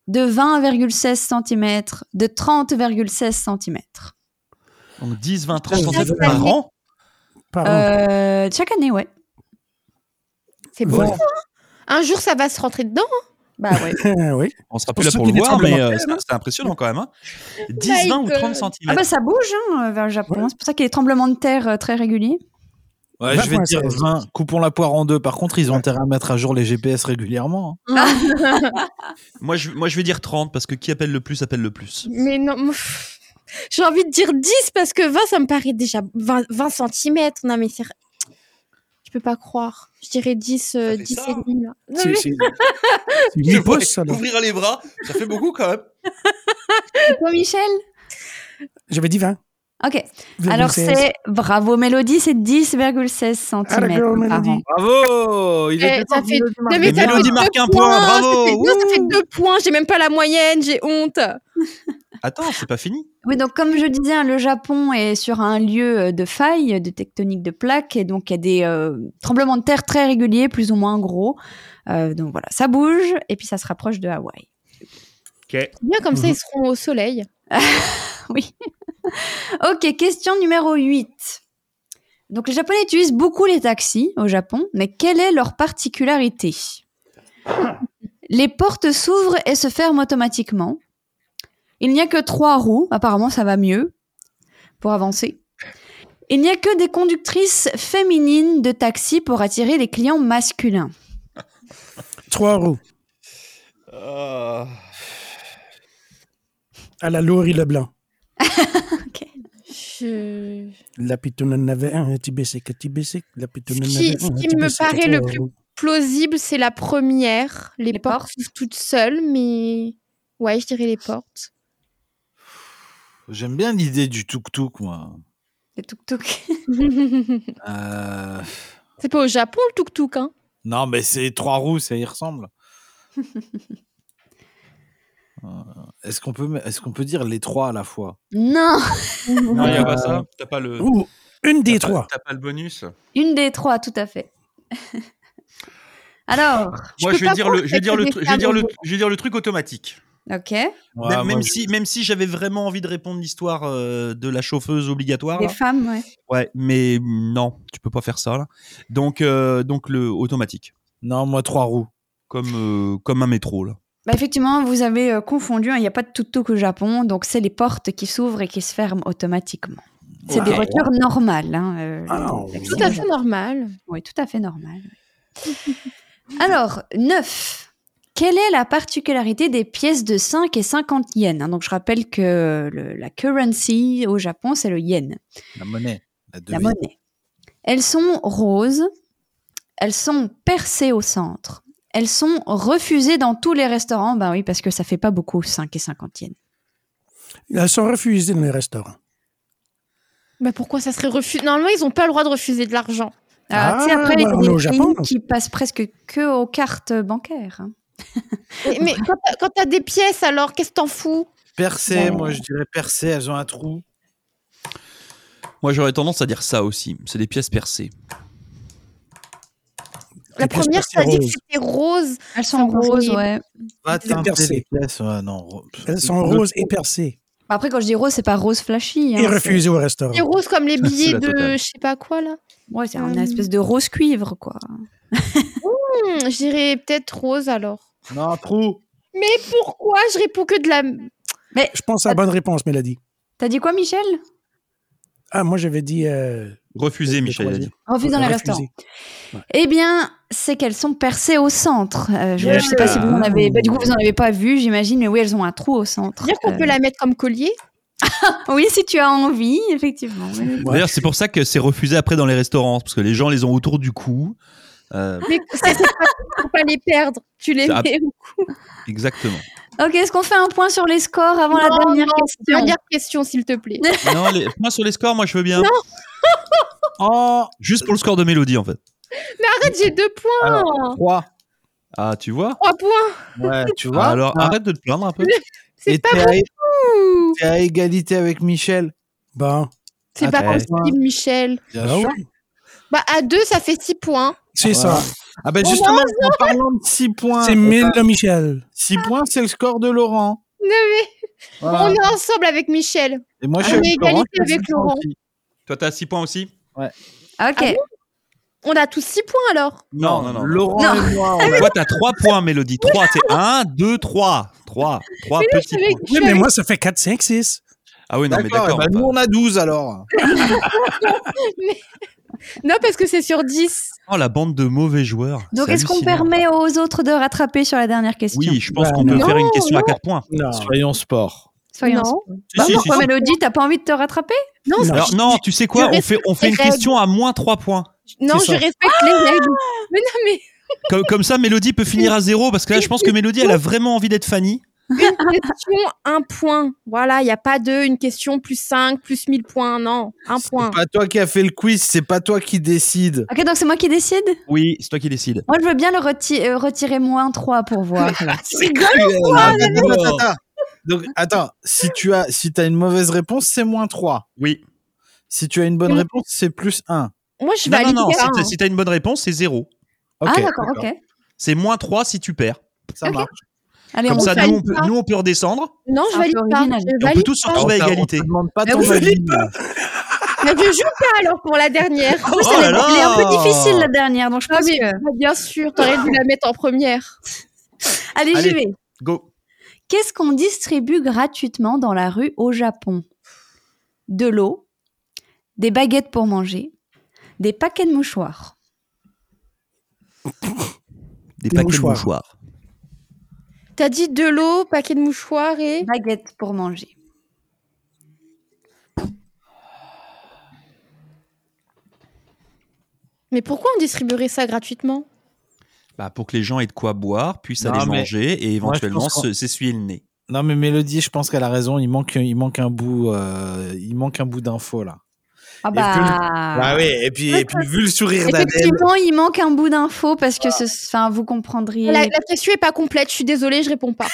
Speaker 3: de 20,16 cm, de 30,16 cm.
Speaker 4: Donc 10, 20, 30
Speaker 5: Putain,
Speaker 4: centimes
Speaker 1: ça,
Speaker 4: par
Speaker 1: ça,
Speaker 4: an.
Speaker 5: Pardon.
Speaker 3: Euh, chaque année, ouais.
Speaker 1: C'est
Speaker 5: Ouais.
Speaker 1: bon. ça, hein Un jour, ça va se rentrer dedans.
Speaker 3: Bah ouais.
Speaker 5: Ah, oui.
Speaker 4: On sera
Speaker 5: Pour
Speaker 4: plus là
Speaker 5: ceux
Speaker 4: pour
Speaker 5: qui
Speaker 4: le voir,
Speaker 5: descendent
Speaker 4: mais
Speaker 5: le
Speaker 4: euh,
Speaker 5: mortel,
Speaker 4: c'est c'est impressionnant quand même. hein. 10, 20 ou
Speaker 1: God.
Speaker 4: 30
Speaker 3: Ah
Speaker 4: cm.
Speaker 3: bah ça bouge hein, vers le Japon, c'est pour ça qu'il y a des tremblements de terre euh, très réguliers.
Speaker 2: Ouais, je vais te dire
Speaker 5: 20.16.
Speaker 2: 20. Coupons la poire en deux. Par contre, ils ont intérêt à mettre à jour les GPS régulièrement. hein.
Speaker 4: Moi je, moi, je vais dire 30 parce que qui appelle le plus appelle le plus.
Speaker 1: Mais non. moi, pff, J'ai envie de dire 10 parce que 20, ça me paraît déjà 20, 20 cm. Non, mais c'est. Je peux pas croire. Je dirais 10, euh,
Speaker 4: Ça fait
Speaker 1: 10
Speaker 4: ça,
Speaker 1: et demi. Là. Non,
Speaker 5: C'est
Speaker 1: mais
Speaker 5: c'est- c'est huit
Speaker 4: Ouais,
Speaker 5: pouces, ça, là.
Speaker 4: Ouvrir les bras, ça fait beaucoup quand même.
Speaker 3: Et toi Michel
Speaker 5: J'avais dit 20.
Speaker 3: Ok, alors
Speaker 5: 16.
Speaker 3: c'est bravo Mélodie, c'est 10,16
Speaker 5: Ah, la
Speaker 3: cm
Speaker 5: girl,
Speaker 3: par an.
Speaker 5: Mélodie.
Speaker 2: Bravo Il est
Speaker 1: Eh, ça
Speaker 2: 14
Speaker 1: fait-
Speaker 2: minutes.
Speaker 1: non, mais
Speaker 4: Et
Speaker 1: ça fait
Speaker 4: Mélodie
Speaker 1: deux
Speaker 4: marque un
Speaker 1: points, hein,
Speaker 4: point,
Speaker 1: ça
Speaker 4: bravo,
Speaker 1: fait- non, ça fait
Speaker 4: wouh.
Speaker 1: deux points. J'ai même pas la moyenne. J'ai honte.
Speaker 4: Attends, c'est pas fini.
Speaker 3: Oui, donc comme je disais, hein, le Japon est sur un lieu euh, de faille, de tectonique de plaques, et donc il y a des euh, tremblements de terre très réguliers, plus ou moins gros. Euh, donc voilà, ça bouge, et puis ça se rapproche de Hawaï.
Speaker 1: C'est Bien comme ça,
Speaker 5: Mhm.
Speaker 1: ils seront au soleil.
Speaker 3: Oui. ok, question numéro 8. Donc les Japonais utilisent beaucoup les taxis au Japon, mais quelle est leur particularité Les portes s'ouvrent et se ferment automatiquement. Il n'y a que trois roues, apparemment ça va mieux pour avancer. Il n'y a que des conductrices féminines de taxi pour attirer les clients masculins.
Speaker 5: Trois roues.
Speaker 4: Euh,
Speaker 5: À la Laurie Leblanc.
Speaker 1: Je-
Speaker 5: La pitoune en avait un, un petit bicycle, un petit bicycle. La pitoune en
Speaker 1: Ce qui-
Speaker 5: avait un,
Speaker 1: ce
Speaker 5: un
Speaker 1: qui
Speaker 5: petit
Speaker 1: me
Speaker 5: bicycle,
Speaker 1: paraît le
Speaker 5: trois
Speaker 1: plus-
Speaker 5: roues.
Speaker 1: Plausible, c'est la première. Les,
Speaker 3: Les
Speaker 1: portes
Speaker 3: portes.
Speaker 1: s'ouvrent toutes seules, mais. Ouais, je dirais les portes.
Speaker 2: J'aime bien l'idée du tuk-tuk, moi.
Speaker 3: Les tuk-tuk.
Speaker 2: Euh,
Speaker 1: c'est pas au Japon le tuk-tuk, hein
Speaker 2: Non, mais c'est trois roues, ça y ressemble. Euh, Est-ce qu'on peut, est qu'on peut dire les trois à la fois
Speaker 3: Non,
Speaker 4: Non, il y a
Speaker 2: Euh,
Speaker 4: pas ça. T'as pas le.
Speaker 5: Ou une des
Speaker 4: t'as pas-
Speaker 5: trois.
Speaker 4: T'as pas le bonus.
Speaker 3: une des trois tout à fait. Alors,
Speaker 4: Moi,
Speaker 1: peux
Speaker 4: je vais
Speaker 1: pas
Speaker 4: dire
Speaker 1: croire
Speaker 4: le,
Speaker 1: que
Speaker 4: je vais
Speaker 1: ça
Speaker 4: dire le,
Speaker 1: fait
Speaker 4: tru- je vais dire le,
Speaker 1: des
Speaker 4: je vais dire le truc automatique.
Speaker 3: Ok.
Speaker 2: Ouais,
Speaker 4: même,
Speaker 2: moi,
Speaker 4: même
Speaker 2: je-
Speaker 4: si, même si j'avais vraiment envie de répondre l'histoire euh, de la chauffeuse obligatoire.
Speaker 3: Les
Speaker 4: là.
Speaker 3: femmes, ouais.
Speaker 4: Ouais, mais non, tu peux pas faire ça. Là. Donc, euh, donc le automatique,
Speaker 2: Non, moi, trois roues.
Speaker 4: comme euh, comme un métro là.
Speaker 3: Bah effectivement, vous avez euh, confondu. hein, Il n'y a pas de tuk-tuk au Japon, donc c'est les portes qui s'ouvrent et qui se ferment automatiquement. C'est
Speaker 2: Ah,
Speaker 3: des
Speaker 5: Wow.
Speaker 3: voitures normales. hein, euh,
Speaker 5: Ah,
Speaker 3: les taxis
Speaker 1: Tout à
Speaker 3: au
Speaker 1: fait
Speaker 3: Japon.
Speaker 1: normal.
Speaker 3: Oui, tout à fait normal. Alors, 9. Quelle est la particularité des pièces de 5 et 50 yens hein Donc, je rappelle que le- la currency au Japon, c'est le yen,
Speaker 2: La monnaie. La,
Speaker 3: la
Speaker 2: devise.
Speaker 3: monnaie. Elles sont roses, elles sont percées au centre, elles sont refusées dans tous les restaurants. Ben oui, parce que ça fait pas beaucoup 5 et 50 yens.
Speaker 5: Elles sont refusées dans les restaurants.
Speaker 1: Bah pourquoi ça serait refusé Normalement, ils n'ont pas le droit de refuser de l'argent.
Speaker 3: Alors, tu sais,
Speaker 5: Ah,
Speaker 3: après, il y a
Speaker 5: bah, on
Speaker 3: des
Speaker 5: est au Japon.
Speaker 3: pays qui passent presque que aux cartes bancaires. hein.
Speaker 1: Mais, mais quand t'as- quand t'as des pièces, alors qu'est-ce que t'en fous
Speaker 2: Percées,
Speaker 3: Ouais.
Speaker 2: moi, je dirais percées. Elles ont un trou.
Speaker 4: Moi, j'aurais tendance à dire ça aussi. C'est des pièces percées.
Speaker 1: La
Speaker 5: Des pièces
Speaker 1: première,
Speaker 5: percées
Speaker 1: t'as dit que
Speaker 5: roses.
Speaker 1: c'était rose.
Speaker 3: Elles sont
Speaker 1: Ça,
Speaker 3: roses,
Speaker 1: horrible.
Speaker 3: ouais.
Speaker 2: Va
Speaker 5: Des
Speaker 2: teinter
Speaker 5: percées.
Speaker 2: les pièces. Ouais, non. ro-
Speaker 5: Elles sont roses et percées.
Speaker 3: Bah Après, quand je dis rose, c'est pas rose flashy. hein,
Speaker 5: Et
Speaker 3: c'est-
Speaker 5: refusées au restaurant.
Speaker 1: C'est rose comme les
Speaker 4: C'est
Speaker 1: billets
Speaker 4: la
Speaker 1: de
Speaker 4: totale.
Speaker 1: je sais pas quoi là.
Speaker 3: Ouais, c'est un
Speaker 1: Hum.
Speaker 3: espèce de rose cuivre, quoi.
Speaker 1: Hmm, J'irais peut-être rose alors.
Speaker 2: Non, trou.
Speaker 1: Mais pourquoi je réponds que de la.
Speaker 5: Je pense à la bonne réponse, Mélodie.
Speaker 3: T'as dit quoi, Michel
Speaker 5: Ah, moi, j'avais dit. euh,
Speaker 4: Refusé,
Speaker 5: le
Speaker 4: Michel. a
Speaker 5: troisième.
Speaker 4: dit.
Speaker 3: Refuse dans les
Speaker 5: Refusées.
Speaker 3: restaurants. Eh bien, c'est qu'elles sont percées au centre. Euh, je, je sais pas si vous en
Speaker 5: Yeah. Mmh.
Speaker 3: avez. bah, du coup, vous en avez pas vu, j'imagine, mais oui, elles ont un trou au centre.
Speaker 1: Dire qu'on
Speaker 3: Euh,
Speaker 1: peut la mettre comme collier
Speaker 3: Oui, si tu as envie, effectivement.
Speaker 5: Ouais.
Speaker 4: D'ailleurs, c'est pour ça que c'est refusé après dans les restaurants, parce que les gens les ont autour du cou. Euh,
Speaker 1: Mais c'est c'est pas pour pas les perdre. Tu les
Speaker 4: C'est ab-
Speaker 1: mets au cou.
Speaker 4: exactement.
Speaker 3: Ok, est-ce qu'on fait un point sur les scores avant la
Speaker 1: Non,
Speaker 3: dernière
Speaker 1: non,
Speaker 3: question
Speaker 1: Dernière question, s'il te plaît.
Speaker 4: Non, les- moi sur les scores, moi je veux bien.
Speaker 2: Oh,
Speaker 4: Juste pour le score de Mélodie, en fait.
Speaker 1: Mais arrête, j'ai deux points.
Speaker 2: trois.
Speaker 4: Ah, tu vois
Speaker 1: Trois points.
Speaker 2: Ouais, tu vois.
Speaker 4: Alors
Speaker 2: Ah,
Speaker 4: arrête de te plaindre un peu.
Speaker 1: C'est
Speaker 2: et
Speaker 1: pas
Speaker 2: t'es à-
Speaker 1: beaucoup.
Speaker 2: t'es à égalité avec Michel.
Speaker 5: Bon.
Speaker 1: C'est
Speaker 2: Ah,
Speaker 1: pas
Speaker 2: t'es-
Speaker 1: possible, Michel.
Speaker 2: Bien
Speaker 5: Ah
Speaker 2: sûr.
Speaker 5: oui,
Speaker 1: Bah, à deux, ça fait six points.
Speaker 5: C'est ça.
Speaker 2: Ah ben
Speaker 1: Oh,
Speaker 2: justement, en parlant de 6 points,
Speaker 5: C'est Mélodie Michel.
Speaker 2: 6 points, c'est le score de Laurent.
Speaker 1: Non, mais
Speaker 2: Voilà.
Speaker 1: on est ensemble avec Michel.
Speaker 2: Et moi, je
Speaker 1: on
Speaker 2: suis
Speaker 1: est
Speaker 2: avec Laurent,
Speaker 1: égalité
Speaker 2: je suis
Speaker 1: avec Laurent.
Speaker 2: aussi.
Speaker 4: Toi, t'as 6 points aussi
Speaker 3: Ok.
Speaker 1: Ah On a tous six points alors.
Speaker 4: Non, non, non.
Speaker 2: Laurent et moi, on a-
Speaker 4: Toi, t'as 3 points, Mélodie. 3, c'est 1, 2, 3. 3, 3 petits
Speaker 1: savais
Speaker 4: points.
Speaker 1: que-
Speaker 5: Oui,
Speaker 1: Je
Speaker 5: mais
Speaker 1: suis
Speaker 5: moi, ça fait 4, 5, 6.
Speaker 4: Ah oui, non, mais
Speaker 2: D'accord,
Speaker 4: d'accord.
Speaker 2: eh ben, nous, on a 12 alors.
Speaker 1: Non, parce que c'est sur 10.
Speaker 4: Oh, la bande de mauvais joueurs.
Speaker 3: Donc,
Speaker 4: C'est
Speaker 3: est-ce qu'on
Speaker 4: hallucinant.
Speaker 3: permet aux autres de rattraper sur la dernière question
Speaker 4: Oui, je pense
Speaker 5: Bah,
Speaker 4: qu'on peut
Speaker 1: non.
Speaker 4: faire une question à
Speaker 1: Non,
Speaker 4: 4 points.
Speaker 5: Non.
Speaker 2: Soyons sport.
Speaker 3: Soyons.
Speaker 1: Non.
Speaker 4: Si,
Speaker 3: Bah,
Speaker 4: si,
Speaker 3: pourquoi,
Speaker 4: si, si.
Speaker 3: Mélodie, t'as pas envie de te rattraper
Speaker 1: Non,
Speaker 5: Non.
Speaker 4: Alors, non, tu sais quoi
Speaker 1: Je
Speaker 4: On fait, on fait une
Speaker 1: règles.
Speaker 4: question à moins 3 points.
Speaker 1: non
Speaker 5: c'est
Speaker 1: je
Speaker 5: ça.
Speaker 1: respecte les règles. Mais non, mais
Speaker 4: Comme, comme ça, Mélodie peut finir à 0 parce que là, je pense que Mélodie, elle a vraiment envie d'être Fanny.
Speaker 1: une question, un point. Voilà, il n'y a pas deux, une question, plus cinq, plus 1000 points. Non, un point.
Speaker 2: C'est pas toi qui as fait le quiz, c'est pas toi qui décide.
Speaker 3: Ok, donc c'est moi qui décide
Speaker 4: Oui, c'est toi qui décides.
Speaker 3: Moi, je veux bien le reti- euh, retirer moins 3 pour voir. là.
Speaker 1: C'est grave.
Speaker 2: Ah, Attends, attends, attends. Donc, attends, si tu as, si as une mauvaise réponse, c'est moins 3.
Speaker 4: Oui.
Speaker 2: Si tu as une bonne
Speaker 1: Mm.
Speaker 2: réponse, c'est plus 1.
Speaker 1: Moi, je
Speaker 4: Non, non,
Speaker 1: valide.
Speaker 4: non.
Speaker 1: ça,
Speaker 4: si t'as-
Speaker 1: hein.
Speaker 4: Si t'as une bonne réponse, c'est 0.
Speaker 3: ah, d'accord, ok.
Speaker 4: C'est moins 3 si tu perds.
Speaker 2: Ça
Speaker 3: Ok.
Speaker 2: marche.
Speaker 3: Allez,
Speaker 4: Comme
Speaker 3: on
Speaker 4: ça,
Speaker 1: fait
Speaker 4: nous
Speaker 1: une
Speaker 4: on, peut,
Speaker 1: part.
Speaker 4: nous, on peut redescendre.
Speaker 1: Non, je
Speaker 3: un
Speaker 1: valide
Speaker 3: peu
Speaker 1: pas.
Speaker 3: original.
Speaker 1: Je
Speaker 4: Et Ah, on peut
Speaker 1: valide
Speaker 4: tous se
Speaker 1: pas.
Speaker 4: retrouver à
Speaker 2: On t'a-
Speaker 4: égalité.
Speaker 2: On te demande pas
Speaker 5: Mais
Speaker 2: ton
Speaker 5: vous
Speaker 2: avis.
Speaker 1: Mais je joue pas alors pour la dernière.
Speaker 4: Oh
Speaker 3: Oui,
Speaker 4: là
Speaker 3: c'est elle est un peu
Speaker 4: là
Speaker 3: difficile la dernière, donc je
Speaker 1: Ah,
Speaker 3: pense
Speaker 1: mais
Speaker 3: que.
Speaker 1: bah, bien sûr, t'aurais dû la mettre en première.
Speaker 3: Allez,
Speaker 4: Allez.
Speaker 3: j'y vais.
Speaker 4: Go.
Speaker 3: Qu'est-ce qu'on distribue gratuitement dans la rue au Japon De l'eau, des baguettes pour manger, des paquets de mouchoirs.
Speaker 4: Des,
Speaker 5: Des
Speaker 4: paquets
Speaker 5: mouchoirs.
Speaker 4: de mouchoirs.
Speaker 1: T'as dit de l'eau, paquet de mouchoirs et.
Speaker 3: Baguettes pour manger.
Speaker 1: Mais pourquoi on distribuerait ça gratuitement
Speaker 4: Bah, pour que les gens aient de quoi boire, puissent
Speaker 2: Non,
Speaker 4: aller
Speaker 2: mais-
Speaker 4: manger et éventuellement
Speaker 2: pense qu'on-
Speaker 4: se- s'essuyer le nez.
Speaker 2: Non, mais Mélodie, je pense qu'elle a raison. Il manque, il manque un bout, euh, il manque un bout d'info là.
Speaker 3: Ah
Speaker 2: Et
Speaker 1: Ah.
Speaker 3: bah.
Speaker 2: oui, et puis, et puis vu le sourire
Speaker 3: Effectivement, il manque un bout d'info parce que ce, enfin, vous comprendriez.
Speaker 1: la, la question est pas complète, je suis désolée, je réponds pas.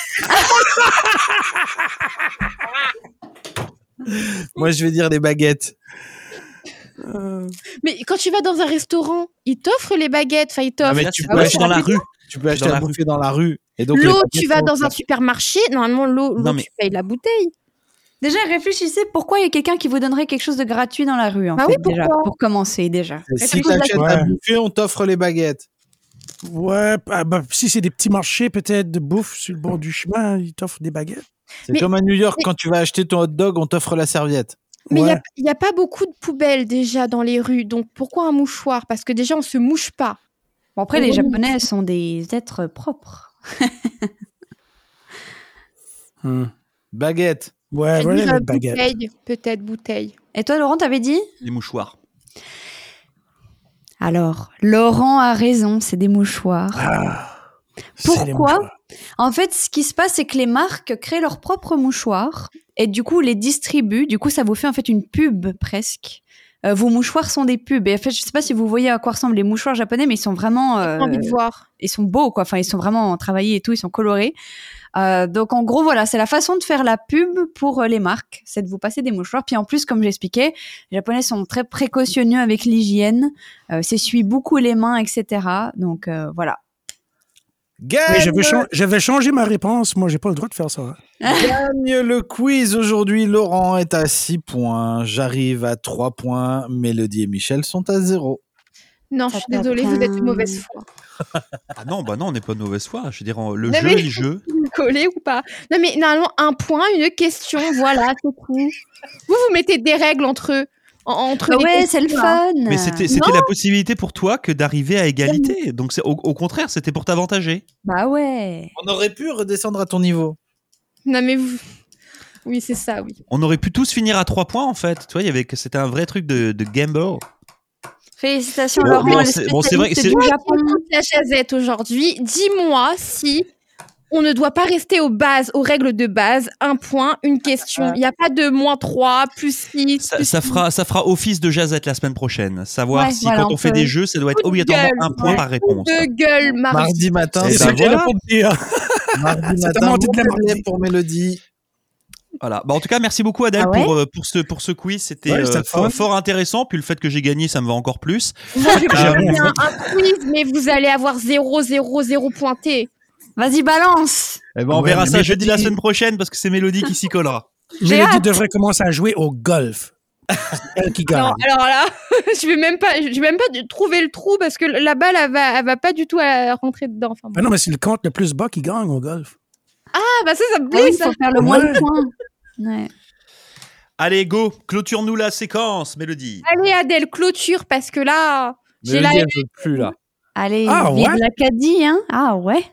Speaker 2: moi je vais dire des baguettes.
Speaker 1: Mais quand tu vas dans un restaurant, ils t'offrent les baguettes, enfin ils
Speaker 2: Ah,
Speaker 1: t'offrent.
Speaker 2: mais
Speaker 4: Là,
Speaker 2: tu
Speaker 4: c'est
Speaker 2: peux
Speaker 4: pas
Speaker 2: acheter
Speaker 4: dans la rue.
Speaker 2: Tu peux acheter
Speaker 4: Dans la
Speaker 2: à bouffer dans la rue. Et donc, les
Speaker 1: L'eau,
Speaker 2: paquets
Speaker 1: tu vas
Speaker 2: sont-
Speaker 1: dans un supermarché. Normalement, l'eau,
Speaker 4: Non,
Speaker 1: l'eau,
Speaker 4: mais-
Speaker 1: tu payes la bouteille.
Speaker 3: Déjà, réfléchissez pourquoi il y a quelqu'un qui vous donnerait quelque chose de gratuit dans la rue. En
Speaker 1: Ah
Speaker 3: fait,
Speaker 1: oui,
Speaker 3: déjà,
Speaker 1: pourquoi
Speaker 3: pour commencer, déjà.
Speaker 2: Si
Speaker 3: Surtout de la-
Speaker 2: t'achètes
Speaker 5: Ouais.
Speaker 2: un buffet, on t'offre les baguettes.
Speaker 5: Ouais, ah bah, si c'est des petits marchés peut-être de bouffe sur le bord du chemin, ils t'offrent des baguettes.
Speaker 2: C'est
Speaker 1: Mais-
Speaker 2: comme à New York,
Speaker 1: mais-
Speaker 2: quand tu vas acheter ton hot dog, on t'offre la serviette.
Speaker 1: Mais il
Speaker 5: Ouais.
Speaker 1: n'y a, pas beaucoup de poubelles déjà dans les rues. Donc pourquoi un mouchoir Parce que déjà, on se mouche pas.
Speaker 3: Bon, après,
Speaker 1: Eh Oui.
Speaker 3: les Japonais sont des êtres propres.
Speaker 4: Hum.
Speaker 5: Hmm.
Speaker 2: Baguette.
Speaker 5: Ouais,
Speaker 1: Je
Speaker 5: voilà
Speaker 1: dirais
Speaker 5: les baguettes.
Speaker 1: bouteille, peut-être bouteille.
Speaker 3: Et toi, Laurent, t'avais dit
Speaker 4: Les mouchoirs.
Speaker 3: Alors, Laurent a raison, c'est des mouchoirs.
Speaker 5: Ah, c'est les
Speaker 3: Pourquoi
Speaker 5: mouchoirs.
Speaker 3: En fait, ce qui se passe, c'est que les marques créent leurs propres mouchoirs et du coup les distribuent. Du coup, ça vous fait en fait une pub presque. Euh, vos mouchoirs sont des pubs. Et en fait, je sais pas si vous voyez à quoi ressemblent les mouchoirs japonais, mais ils sont vraiment,
Speaker 1: J'ai envie
Speaker 3: euh,
Speaker 1: de voir.
Speaker 3: ils sont beaux quoi. Enfin, ils sont vraiment travaillés et tout, ils sont colorés. Euh, donc en gros, voilà, c'est la façon de faire la pub pour euh, les marques, c'est de vous passer des mouchoirs. Puis en plus, comme j'expliquais, les Japonais sont très précautionneux avec l'hygiène, euh, s'essuient beaucoup les mains, etc. Donc euh, voilà.
Speaker 5: Mais
Speaker 2: Gagne,
Speaker 5: j'avais,
Speaker 3: euh,
Speaker 5: chan- j'avais changé ma réponse. Moi, j'ai pas le droit de faire ça. hein.
Speaker 4: Eh
Speaker 2: gagne le quiz aujourd'hui. Laurent est à 6 points. J'arrive à 3 points. Mélodie et Michel sont à 0.
Speaker 1: Non, je
Speaker 3: Ça
Speaker 1: suis désolée,
Speaker 3: t'atteint.
Speaker 1: vous êtes de mauvaise foi.
Speaker 4: Ah non, bah non, on n'est pas de mauvaise foi. Je veux dire, le
Speaker 1: Mais
Speaker 4: jeu,
Speaker 1: oui.
Speaker 4: les jeux.
Speaker 1: Collé ou pas Non, mais normalement, un point, une question, voilà, c'est tout. Vous, vous mettez des règles entre eux. en- Entre
Speaker 3: Bah
Speaker 1: les
Speaker 3: ouais,
Speaker 1: questions,
Speaker 3: c'est le
Speaker 1: hein.
Speaker 3: fun.
Speaker 4: Mais c'était c'était la possibilité pour toi que d'arriver à égalité. Donc c'est- au, au contraire, c'était pour t'avantager.
Speaker 3: Bah ouais.
Speaker 2: On aurait pu redescendre à ton niveau.
Speaker 1: Non, mais vous. Oui, c'est ça, oui.
Speaker 4: On aurait pu tous finir à 3 points en fait. Tu vois, il y avait que- c'était un vrai truc de, de gamble.
Speaker 3: Félicitations
Speaker 4: Bon,
Speaker 3: Laurent,
Speaker 4: bon,
Speaker 3: le
Speaker 4: c'est- bon, c'est vrai que
Speaker 3: spécialiste
Speaker 4: c'est-
Speaker 3: du
Speaker 1: On
Speaker 3: Japon.
Speaker 1: écoute la chazette aujourd'hui. Dis-moi si on ne doit pas rester aux bases, aux règles de base. Un point, une question. Il n'y a pas de moins 3, plus 6.
Speaker 4: Ça, ça fera, ça fera office de jazette la semaine prochaine. Savoir
Speaker 3: Ouais,
Speaker 4: si
Speaker 3: voilà,
Speaker 4: quand on,
Speaker 3: on
Speaker 4: fait
Speaker 3: peut-
Speaker 4: des jeux, ça doit être
Speaker 1: Coup de
Speaker 4: obligatoirement
Speaker 1: gueule,
Speaker 4: un point
Speaker 1: ouais.
Speaker 4: par réponse.
Speaker 1: de gueule, Marie.
Speaker 2: Mardi matin,
Speaker 4: Et
Speaker 2: c'est
Speaker 5: C'est ça
Speaker 4: ben
Speaker 5: que j'allais
Speaker 4: voilà.
Speaker 5: pour te dire.
Speaker 2: mardi
Speaker 5: C'est
Speaker 2: matin.
Speaker 5: tellement de la
Speaker 2: bon
Speaker 5: mardi.
Speaker 2: délai pour Mélodie.
Speaker 4: Voilà. Bah, en tout cas, merci beaucoup Adèle
Speaker 3: Ah ouais
Speaker 4: pour, euh, pour, ce, pour ce quiz. C'était
Speaker 5: Ouais, c'était
Speaker 4: euh, fort,
Speaker 5: fun.
Speaker 4: fort intéressant. Puis le fait que j'ai gagné, ça me va encore plus.
Speaker 1: Moi, je
Speaker 4: Ah,
Speaker 1: veux
Speaker 5: bon,
Speaker 1: bien un quiz, mais vous allez avoir 0, 0, 0 pointé.
Speaker 3: Vas-y balance.
Speaker 2: Eh ben,
Speaker 4: Bah, on
Speaker 2: ouais,
Speaker 4: verra
Speaker 2: mais
Speaker 4: ça jeudi la
Speaker 2: Mélodie-
Speaker 4: semaine prochaine parce que c'est Mélodie qui s'y collera.
Speaker 3: J'ai
Speaker 5: Mélodie
Speaker 3: hâte.
Speaker 5: devrait commencer à jouer au golf. C'est elle qui gagne.
Speaker 1: Non, alors là, je vais même pas, je vais même pas du- trouver le trou parce que la balle, elle va, elle va pas du tout euh, rentrer dedans. Enfin, bon.
Speaker 5: Ben non, mais c'est le compte le plus bas qui gagne au golf.
Speaker 1: Ah bah ça, ça me
Speaker 3: Ah oui,
Speaker 1: plaît.
Speaker 3: il
Speaker 1: ça.
Speaker 3: faut faire le moins de
Speaker 5: Ouais.
Speaker 3: points. Ouais.
Speaker 4: Allez, go. Clôture-nous la séquence, Mélodie.
Speaker 1: Allez Adèle, clôture parce que là, j'ai la
Speaker 2: Mélodie, elle veut plus là.
Speaker 3: Allez,
Speaker 5: Ah
Speaker 3: vive
Speaker 5: ouais
Speaker 3: l'Acadie, hein. Ah ouais.